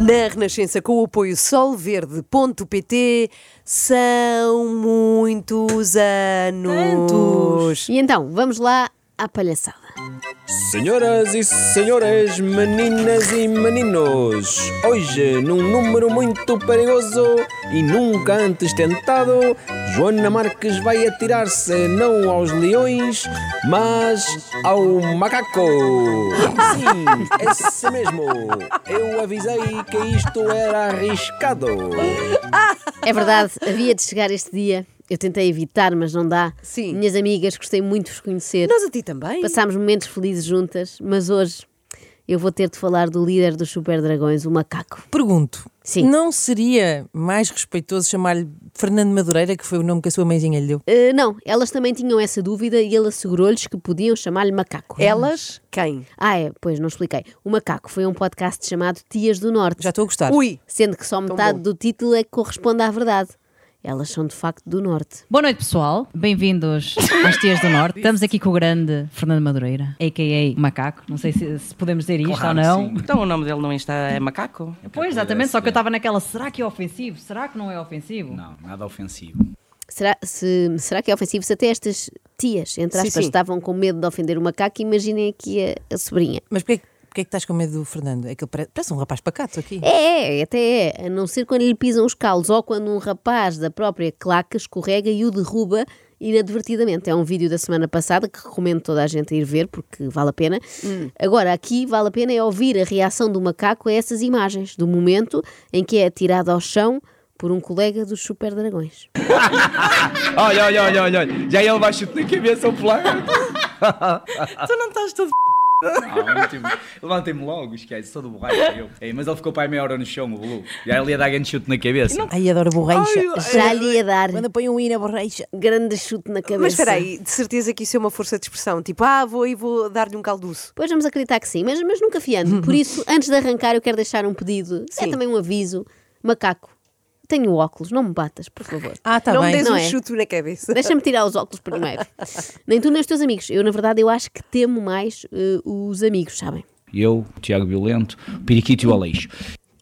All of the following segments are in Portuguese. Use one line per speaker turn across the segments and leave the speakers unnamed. na Renascença com o apoio solverde.pt são muitos anos.
Tantos.
E então, vamos lá à palhaçada.
Senhoras e senhores, meninas e meninos, hoje, num número muito perigoso e nunca antes tentado, Joana Marques vai atirar-se não aos leões, mas ao macaco. Sim, esse mesmo. Eu avisei que isto era arriscado.
É verdade, havia de chegar este dia. Eu tentei evitar, mas não dá.
Sim.
Minhas amigas, gostei muito de vos conhecer.
Nós a ti também.
Passámos momentos felizes juntas, mas hoje eu vou ter de falar do líder dos Super Dragões, o macaco.
Pergunto,
Sim.
não seria mais respeitoso chamar-lhe Fernando Madureira, que foi o nome que a sua mãezinha lhe deu?
Ah, não, elas também tinham essa dúvida e ele assegurou-lhes que podiam chamar-lhe macaco.
É. Elas, quem?
Ah, é, pois, não expliquei. O Macaco foi um podcast chamado Tias do Norte.
Já estou a gostar.
Ui,
Sendo que só metade
bom.
do título é que corresponde à verdade. Elas são de facto do Norte.
Boa noite, pessoal. Bem-vindos às Tias do Norte. Estamos aqui com o grande Fernando Madureira, a.k.a. Macaco. Não sei se, se podemos dizer isto ou não.
Então o nome dele não está é macaco?
Pois, exatamente. Só que eu estava naquela, será que é ofensivo? Será que não é ofensivo?
Não, nada ofensivo.
Será, se- será que é ofensivo se até estas tias, entre aspas,
sim.
estavam com medo de ofender o macaco? Imaginem aqui a, a sobrinha.
Mas porquê, porquê é que estás com medo do Fernando? É que ele pare- parece um rapaz pacato aqui.
É, é, até é. A não ser quando lhe pisam os calos ou quando um rapaz da própria claque escorrega e o derruba inadvertidamente. É um vídeo da semana passada que recomendo toda a gente a ir ver porque vale a pena.
Hum.
Agora, aqui vale a pena é ouvir a reação do macaco a essas imagens, do momento em que é atirado ao chão por um colega dos Super Dragões.
Olha, olha, olha, olha, olha. Já é ele vai chutar a cabeça ao plano.
Tu não estás todo
Levantei-me logo, esquece, sou do borracha eu. Ei, mas ele ficou para aí meia hora no chão, o Blue. Já ele ia dar grande chute na cabeça.
Ai, adoro borreixa.
Já lhe ia dar
Quando põe um i na borreixa.
grande chute na cabeça.
mas espera aí, de certeza que isso é uma força de expressão. Tipo, ah, vou aí, vou dar-lhe um calduço.
Pois vamos acreditar que sim, mas, mas nunca fiando. Por isso, antes de arrancar, eu quero deixar um pedido. É também um aviso. Macaco, tenho óculos, não me batas, por favor.
Ah, está
não me
bem.
des
Não
um
é?
chuto na cabeça.
Deixa-me tirar os óculos primeiro. Nem tu, nem os teus amigos. Eu, na verdade, eu acho que temo mais eh, os amigos, sabem?
Eu, Tiago Violento, Periquito e o Aleixo.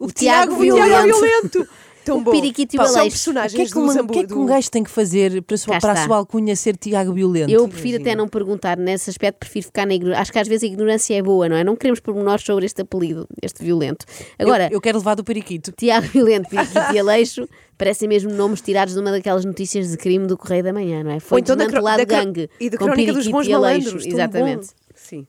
O,
violento. Tão
O
bom.
Periquito e o
São
Aleixo.
O que é
personagens
que, uma-
do
o que é que
Zambu-
um
do-
gajo tem que fazer para, a sua-
Cá
para a
está.
sua alcunha ser Tiago Violento?
Eu prefiro até não perguntar nesse aspecto, prefiro ficar na ignorância. Acho que às vezes a ignorância é boa, não é? Não queremos pormenores sobre este apelido, este violento. Agora,
Eu, eu quero levar do periquito.
Tiago Violento Periquito e Aleixo parecem mesmo nomes tirados de uma daquelas notícias de crime do Correio da Manhã, não é? Foi
Ou então da, cro-
desmantelado
da cro-
gangue
e da
com
Crónica dos
Periquito
Bons
e Aleixo,
Malandros. tão bom.
exatamente.
Sim.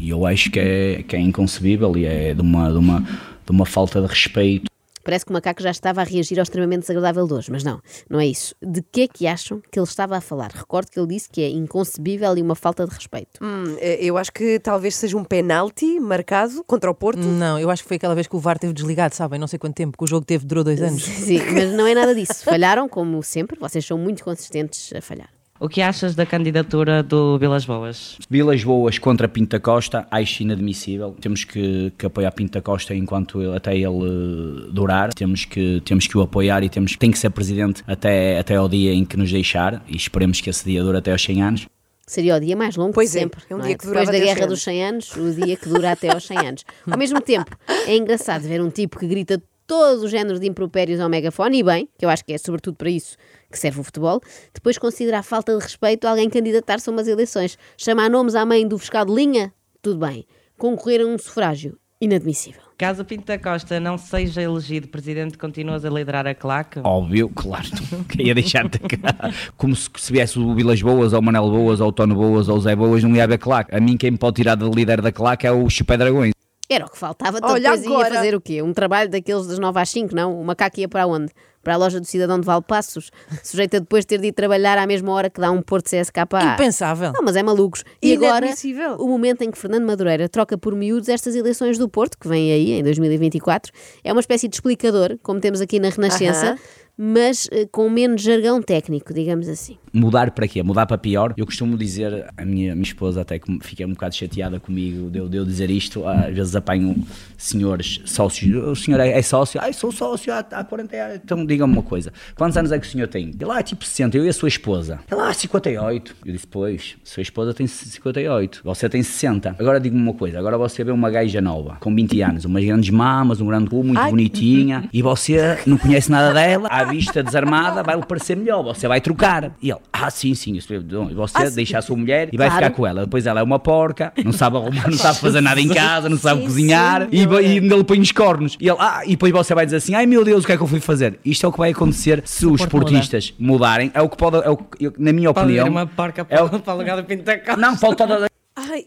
E eu acho que é, que é inconcebível e é de uma, de, uma, de uma falta de respeito.
Parece que o macaco já estava a reagir ao extremamente desagradável de hoje, mas não, não é isso. De que é que acham que ele estava a falar? Recordo que ele disse que é inconcebível e uma falta de respeito.
Hum, eh, eu acho que talvez seja um penalti marcado contra o Porto.
Não, eu acho que foi aquela vez que o VAR teve desligado, sabem? Não sei quanto tempo, que o jogo teve, durou dois anos.
Sim, mas não é nada disso. Falharam, como sempre, vocês são muito consistentes a falhar.
O que achas da candidatura do Vilas Boas?
Vilas Boas contra Pinta Costa, acho inadmissível. Temos que, que apoiar Pinta Costa enquanto ele- até ele eh, durar. Temos que, temos que o apoiar e temos, tem que ser presidente até, até ao dia em que nos deixar. E esperemos que esse dia dure até aos 100 anos.
Seria o dia mais longo
Pois
de
é,
sempre.
é um
não
dia que
Depois
durava
da
até os
Guerra
100
dos 100 anos, o dia que dura até aos 100 anos. Ao mesmo tempo, é engraçado ver um tipo que grita todo o género de impropérios ao megafone, e bem, que eu acho que é sobretudo para isso que serve o futebol, depois considera a falta de respeito alguém candidatar-se a umas eleições, chamar nomes à mãe do fiscal de linha, tudo bem. Concorrer a um sufrágio, inadmissível.
Caso Pinto da Costa não seja elegido presidente, continuas a liderar a claque?
Óbvio, claro, que ia deixar-te cá. Como se, se viesse o Vilas Boas, ou o Manel Boas, ou o Tono Boas, ou o Zé Boas, não ia haver claque. A mim quem me pode tirar de líder da claque é o Chupé Dragões.
Era o que faltava, então
Olha
depois ia
agora.
fazer o quê? Um trabalho daqueles das 9 às 5, não? O macaco ia para onde? Para a loja do cidadão de Valpassos, sujeito a depois ter de ir trabalhar à mesma hora que dá um Porto CSKA.
Impensável.
Não, mas é malucos. E agora,
Inadmissível.
o momento em que Fernando Madureira troca por miúdos estas eleições do Porto, que vem aí em 2024, é uma espécie de explicador, como temos aqui na Renascença, mas eh, com menos jargão técnico, digamos assim.
Mudar para quê? Mudar para pior? Eu costumo dizer, a minha, minha esposa até que fica um bocado chateada comigo de eu, de eu dizer isto, às vezes apanho senhores sócios, o senhor é, é sócio, ai sou sócio há, há 40 anos, então diga-me uma coisa, quantos anos é que o senhor tem? Ele, ah, tipo 60, eu e a sua esposa. Ela, ah, 58. Eu disse, pois, sua esposa tem 58, você tem 60. Agora diga-me uma coisa, agora você vê uma gaja nova, com 20 anos, umas grandes mamas, um grande cu, muito bonitinha, e você não conhece nada dela, à vista desarmada, vai-lhe parecer melhor, você vai trocar. E ele, ah, sim, sim, isso é bom. e você
Ah,
deixa a sua mulher e vai
Claro.
ficar com ela. Depois ela é uma porca, não sabe arrumar, não sabe fazer nada em casa, não sabe cozinhar, e, vai- e ainda lhe põe os cornos. E ele, ah, e depois você vai dizer assim, ai meu Deus, o que é que eu fui fazer? Isto é o que vai acontecer se os
Porto muda.
esportistas mudarem, é o que pode, é o que- eu- na minha
Pode haver
opinião...
uma porca
é
para,
o-
para alugar do Pintacó.
Não, pode toda
Ai,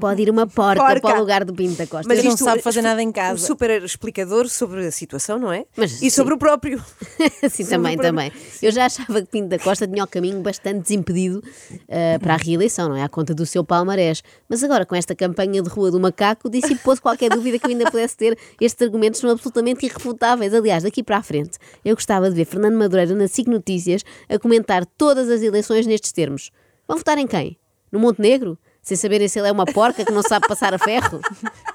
Pode ir uma porca,
Porca.
para o lugar do Pinto da Costa.
Mas- não sabe fazer nada em casa.
Um super explicador sobre a situação, não é?
Mas,
e sobre o próprio.
Sim,
Sobre
também,
o próprio-
também. Eu já achava que Pinto da Costa tinha o caminho bastante desimpedido eh, para a reeleição, não é? À conta do seu palmarés. Mas agora, com esta campanha de Rua do Macaco, dissipou-se qualquer dúvida que eu ainda pudesse ter. Estes argumentos são absolutamente irrefutáveis. Aliás, daqui para a frente, eu gostava de ver Fernando Madureira na SIC Notícias a comentar todas as eleições nestes termos. Vão votar em quem? No Montenegro? Sem saberem se ele é uma porca que não sabe passar a ferro?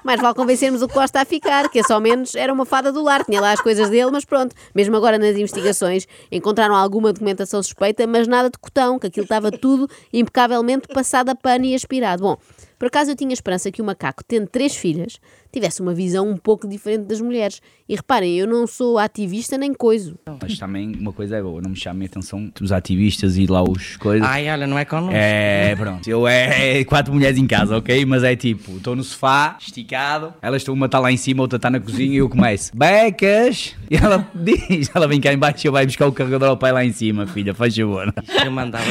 Mais vale convencermos o Costa a ficar, que esse ao menos era uma fada do lar, tinha lá as coisas dele, mas pronto. Mesmo agora nas investigações encontraram alguma documentação suspeita, mas nada de cotão, que aquilo estava tudo impecavelmente passado a pano e aspirado. Bom, por acaso eu tinha esperança que o macaco, tendo três filhas, tivesse uma visão um pouco diferente das mulheres. E reparem, eu não sou ativista nem coiso.
Mas também uma coisa é boa, não me chamem a atenção dos ativistas e lá os coisas.
Ai, olha, não é connosco.
É, pronto. Eu é quatro mulheres em casa, ok? Mas é tipo, estou no sofá, esticado, elas estão, uma está lá em cima, outra está na cozinha e eu começo. Becas! E ela diz, ela vem cá em baixo e eu vai buscar o carregador ao pai lá em cima, filha, faz favor.
Eu mandava.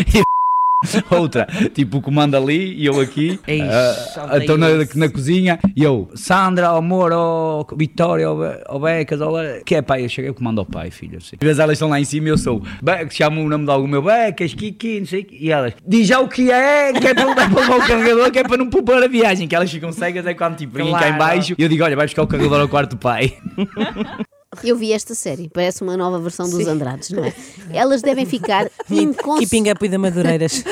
Outra, tipo, o comando ali e eu aqui.
Ixi,
ah,
odeio
Estou na,
isso.
na cozinha e eu, Sandra, ao amor, ao Vitória, ao, Be- ao Becas, ao. Que é pai? Eu cheguei eu comando ao pai, filho. Assim. Às vezes elas estão lá em cima e eu sou, Be- chamo o nome de algum meu Becas, Kiki, não sei o quê. E elas, diz já o que é, que é para levar para levar o carregador, que é para não poupar a viagem, que elas ficam cegas, é quando tipo, vêm cá
Claro.
em baixo e eu digo, olha, vai buscar o carregador ao quarto do pai.
Eu vi esta série, parece uma nova versão dos Andrades, não é? Elas devem ficar inconsoláveis.
Keeping up with the Madureiras.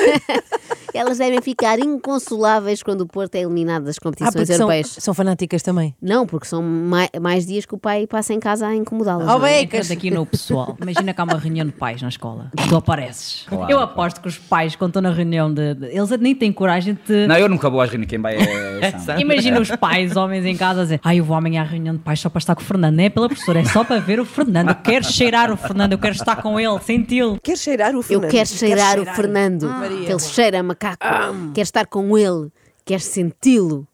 Elas devem ficar inconsoláveis quando o Porto é eliminado das
ah,
competições
porque são,
europeias.
são fanáticas também.
Não, porque são mai- mais dias que o pai passa em casa a incomodá-las.
Oh,
não é?
bem.
Entrando aqui no pessoal, imagina que há uma reunião de pais na escola. Tu apareces.
Claro,
eu
claro.
aposto que os pais, quando estão na reunião, de, de- eles nem têm coragem de.
não, eu nunca vou às reuniões, quem vai é. Sandra.
Imagina os pais, homens em casa, a dizer: Ai, eu vou amanhã à reunião de pais só para estar com o Fernando. Não é pela professora, é só para ver o Fernando. Eu quero cheirar o Fernando, eu quero estar com ele, senti-lo.
Quer cheirar o
Eu
Fernando?
quero cheirar o Fernando,
Ah.
que ele cheira a macaco. Quero estar com ele, quero senti-lo.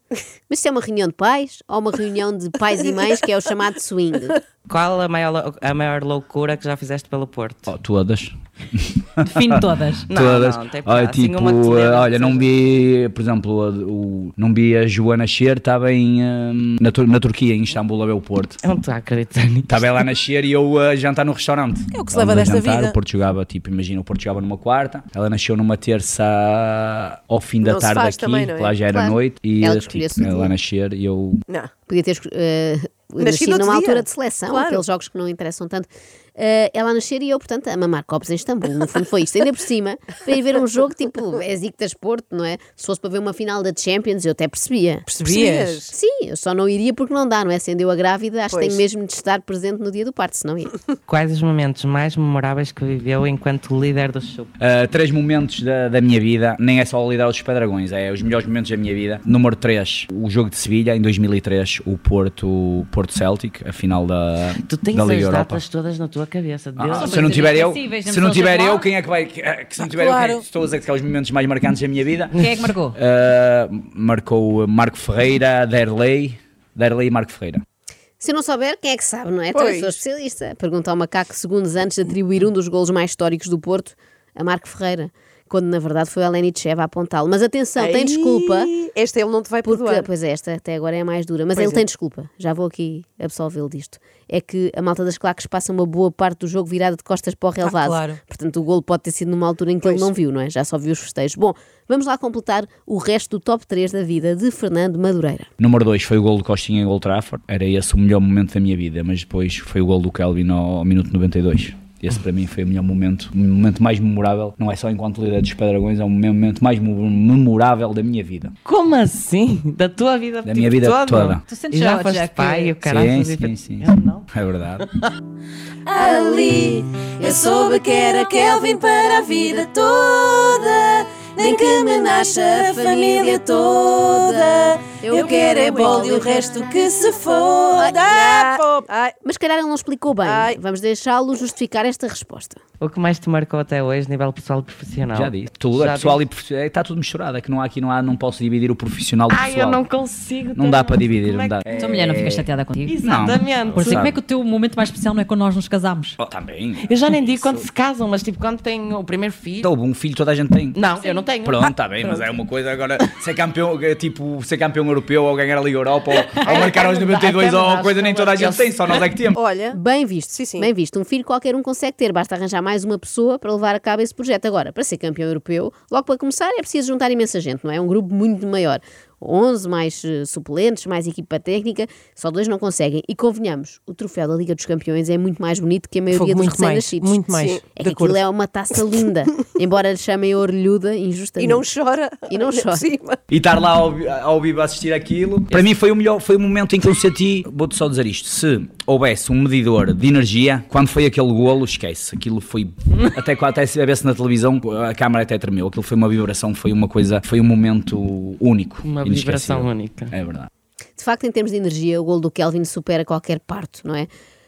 Mas se é uma reunião de pais ou uma reunião de pais e mães, que é o chamado swing.
Qual a maior, a maior loucura que já fizeste pelo Porto?
Oh, todas.
Defino todas.
Não,
todas.
não, tem
Olha,
piada. Assim,
tipo,
uma que se lembra
eh,
que
olha, não
seja.
vi, por exemplo, a- o, não vi a Joana Xer, estava em hum, na, Tur- na Turquia, em Istambul, a ver o Porto.
Eu não estou a acreditar nisso.
Estava lá a nascer e eu a jantar no restaurante.
É o que se
Estávamos
leva
a
desta
jantar,
vida.
O Porto jogava, tipo, imagina, o Porto jogava numa quarta, ela nasceu numa terça ao fim da
Não se
tarde
faz
aqui,
também, não é?
lá já era
Claro.
noite, e
Ela
ela,
que escolheu
tipo,
esse
ela
dia.
nascer e eu
Não.
podia ter eh,
Nascido
nascido
outro
numa
dia.
altura de seleção,
Claro.
aqueles jogos que não interessam tanto. Eh, ela a nascer e eu, portanto, a mamar copos em Istambul. No fundo, foi isto. Ainda por cima, para ir ver um jogo tipo Besiktas Porto, não é? Se fosse para ver uma final da Champions, eu até percebia.
Percebias?
Percebias?
Sim, eu só não iria porque não dá, não é? Sendo eu a grávida, acho
Pois.
que tenho mesmo de estar presente no dia do parto, senão ia.
Quais os momentos mais memoráveis que viveu enquanto líder do chup?
Uh, três momentos da, da minha vida, nem é só liderar os Pedragões, é os melhores momentos da minha vida. Número 3, o jogo de Sevilha, em 2003, o Porto, Porto Celtic, a final da,
Tu tens
da
as
Liga Europa.
datas todas na tua cabeça. Deus
Ah,
me
se eu não tiver eu,
Acessíveis,
se não
não precisa
tiver
ser
eu,
igual.
quem é que vai? Que, que se não tiver eu, quem é
Claro.
que estou a dizer que são os momentos mais marcantes da minha vida?
Quem é que marcou?
Uh, marcou Marco Ferreira, Derley, Derley e Marco Ferreira.
Se eu não souber, quem é que sabe, não é? Então eu
Pois.
sou especialista. Pergunta ao macaco segundos antes de atribuir um dos golos mais históricos do Porto a Marco Ferreira, quando na verdade foi a Leni Tcheva a apontá-lo. Mas atenção, tem
Ai,
desculpa.
Esta ele não te vai
Porque,
perdoar.
pois é, esta até agora é a mais dura, mas
Pois
ele
é.
tem desculpa, já vou aqui absolvê-lo disto. É que a malta das claques passa uma boa parte do jogo virada de costas
Ah,
para o relevado.
claro.
Portanto, o golo pode ter sido numa altura em que ele não viu, não é? Já só viu os festejos. Bom, vamos lá completar o resto do top 3 da vida de Fernando Madureira.
Número 2 foi o gol do Costinha em Old Trafford, era esse o melhor momento da minha vida, mas depois foi o gol do Kelvin ao, ao minuto 92. Esse para mim foi o melhor momento, o momento mais memorável. Não é só enquanto líder dos Pedragões, é o meu momento mais mo- memorável da minha vida.
Como assim? Da tua vida
Da minha vida
toda?
toda.
Tu sentes
E já
já,
foste
já que-
pai,
Sim,
o caralho.
sim, sim.
Eu não.
É verdade.
Ali eu soube que era Kelvin para a vida toda. Nem que me nasça a família toda. Eu quero é bola e o resto que se foda.
Ai,
Mas se calhar ele não explicou bem.
Ai.
Vamos deixá-lo justificar esta resposta.
O que mais te marcou até hoje, nível pessoal e profissional?
Já disse. Tudo, é
Já
pessoal
disse?
e profissional. Está tudo misturado. É que não há aqui, não há, não posso dividir o profissional do
Ai,
pessoal.
eu não consigo.
Não
tá
dá
bom.
para dividir,
Como é
não dá.
que-
Tua mulher não fica chateada contigo.
Exatamente.
Por isso, como é
Sabe.
que o teu momento mais especial não é quando nós nos casamos?
Oh, também.
Eu já nem digo quando se casam, mas tipo quando têm o primeiro filho.
Houve um filho, toda a gente tem.
Não, eu não tenho.
Pronto, está bem, mas é uma coisa agora ser campeão, eh, tipo, ser campeão europeu ou ganhar a Liga Europa ou, ou marcar aos
até mudar,
92
até
ou
mudar,
coisa, nem toda a gente tem, só nós é que temos.
olha,
Bem visto.
Sim, sim.
Bem visto. Um filho qualquer um consegue ter, basta arranjar mais uma pessoa para levar a cabo esse projeto. Agora, para ser campeão europeu, logo para começar é preciso juntar imensa gente, não é? Um grupo muito maior. 11 mais eh, suplentes, mais equipa técnica, só dois não conseguem. E convenhamos, o troféu da Liga dos Campeões é muito mais bonito que a maioria
Fogo,
dos
muito mais.
recém-nascidos.
Muito mais.
Sim. É
De
que aquilo
acordo.
é uma taça linda, embora lhe chamem orelhuda
e
injustamente.
não chora.
E não
Ainda por
chora.
cima.
E estar lá ao, vi- ao vivo a assistir aquilo. Para mim foi o melhor, foi o momento em que eu senti, vou-te só dizer isto, se houvesse um medidor de energia, quando foi aquele golo, esquece, aquilo foi, até, qua- até se a ver-se na televisão, a câmara até tremeu, aquilo foi uma vibração, foi uma coisa, foi um momento único.
Uma
inesquecível.
vibração única.
É verdade.
De facto, em termos de energia, o gol do Kelvin supera qualquer parto, não é?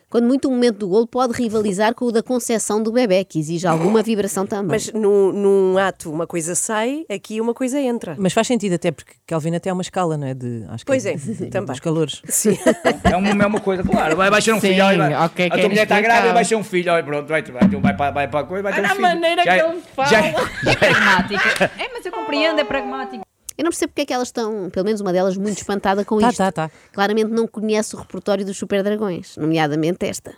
Quando muito o momento do gol pode rivalizar com o da concepção do bebê, que exige alguma vibração também.
Mas num, num ato uma coisa sai, aqui uma coisa entra.
Mas faz sentido até porque Kelvin até é uma escala, não é? De, acho que
Pois é, também.
Dos calores. Ah,
Sim.
É uma mesma coisa, claro. Vai, vai ser um
Sim,
filho, olha, vai.
ok,
a
quero
tua mulher está
explicar.
grávida, vai ser um filho, olha, pronto, vai, vai, vai, para- vai para a coisa, vai ter
Olha
um
a
filho.
maneira que ele fala.
É pragmática. É, mas eu compreendo, é pragmático.
Eu não percebo porque é que elas estão, pelo menos uma delas, muito espantada com
Tá,
isto.
tá, tá.
Claramente não conhece o repertório dos Super Dragões, nomeadamente esta.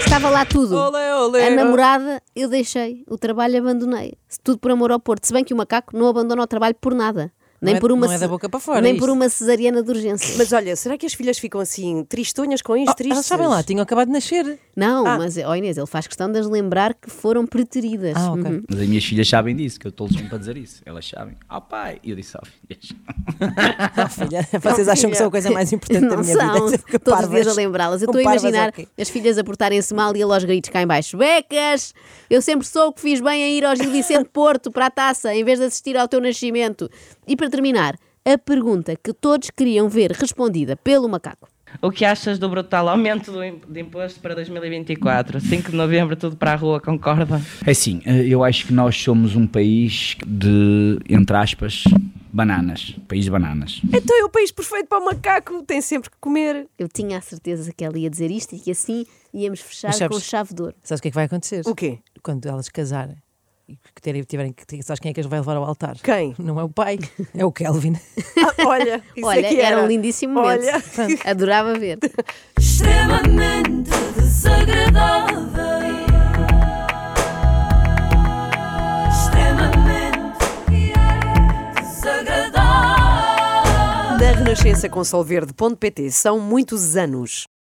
Estava lá tudo.
Olé, olé.
A namorada eu deixei, o trabalho abandonei. Se Tudo por amor ao Porto. Se bem que o macaco não abandona o trabalho por nada. Nem
Não é-
por uma
não é da
ce-
boca para fora,
Nem
isto.
por uma cesariana de urgência.
Mas olha, será que as filhas ficam assim tristonhas com
Ah,
isto?
Oh,
tristes?
elas sabem lá, tinham acabado de nascer.
Não,
Ah.
mas ó Inês, ele faz questão de as lembrar que foram preteridas.
Ah, ok.
Uhum.
Mas as minhas filhas sabem disso, que eu estou sempre a dizer isso. Elas sabem. Ah, pai. E eu disse, ah, filhas.
Ah, filha, vocês acham que são a coisa mais importante da
Não
minha
são,
vida.
todos os dias a lembrá-las. Eu estou a imaginar as filhas a portarem-se mal e ele aos gritos cá em baixo. Becas, eu sempre sou o que fiz bem em ir ao Gil Vicente Porto para a taça, em vez de assistir ao teu nascimento. E para terminar, a pergunta que todos queriam ver respondida pelo macaco.
O que achas do brutal aumento do im- de imposto para 2024? 5 de novembro, tudo para a rua, concorda?
É assim, eh, eu acho que nós somos um país de, entre aspas, bananas. País de bananas.
Então é o país perfeito para o macaco, tem sempre que comer.
Eu tinha a certeza que ela ia dizer isto e que assim íamos fechar
Mas sabes-
com chave de ouro.
Sabes o que é que vai acontecer?
O quê?
Quando elas casarem e que terem- tiverem que. ter- Sabes quem é que as vai levar ao altar?
Quem?
Não é o pai, é o Kelvin.
Ah, olha, isso
Olha,
é que
era.
era.
um lindíssimo momento.
Olha.
Adorava ver.
Extremamente desagradável. Extremamente desagradável.
Da Renascença com Solverde.pt são muitos anos.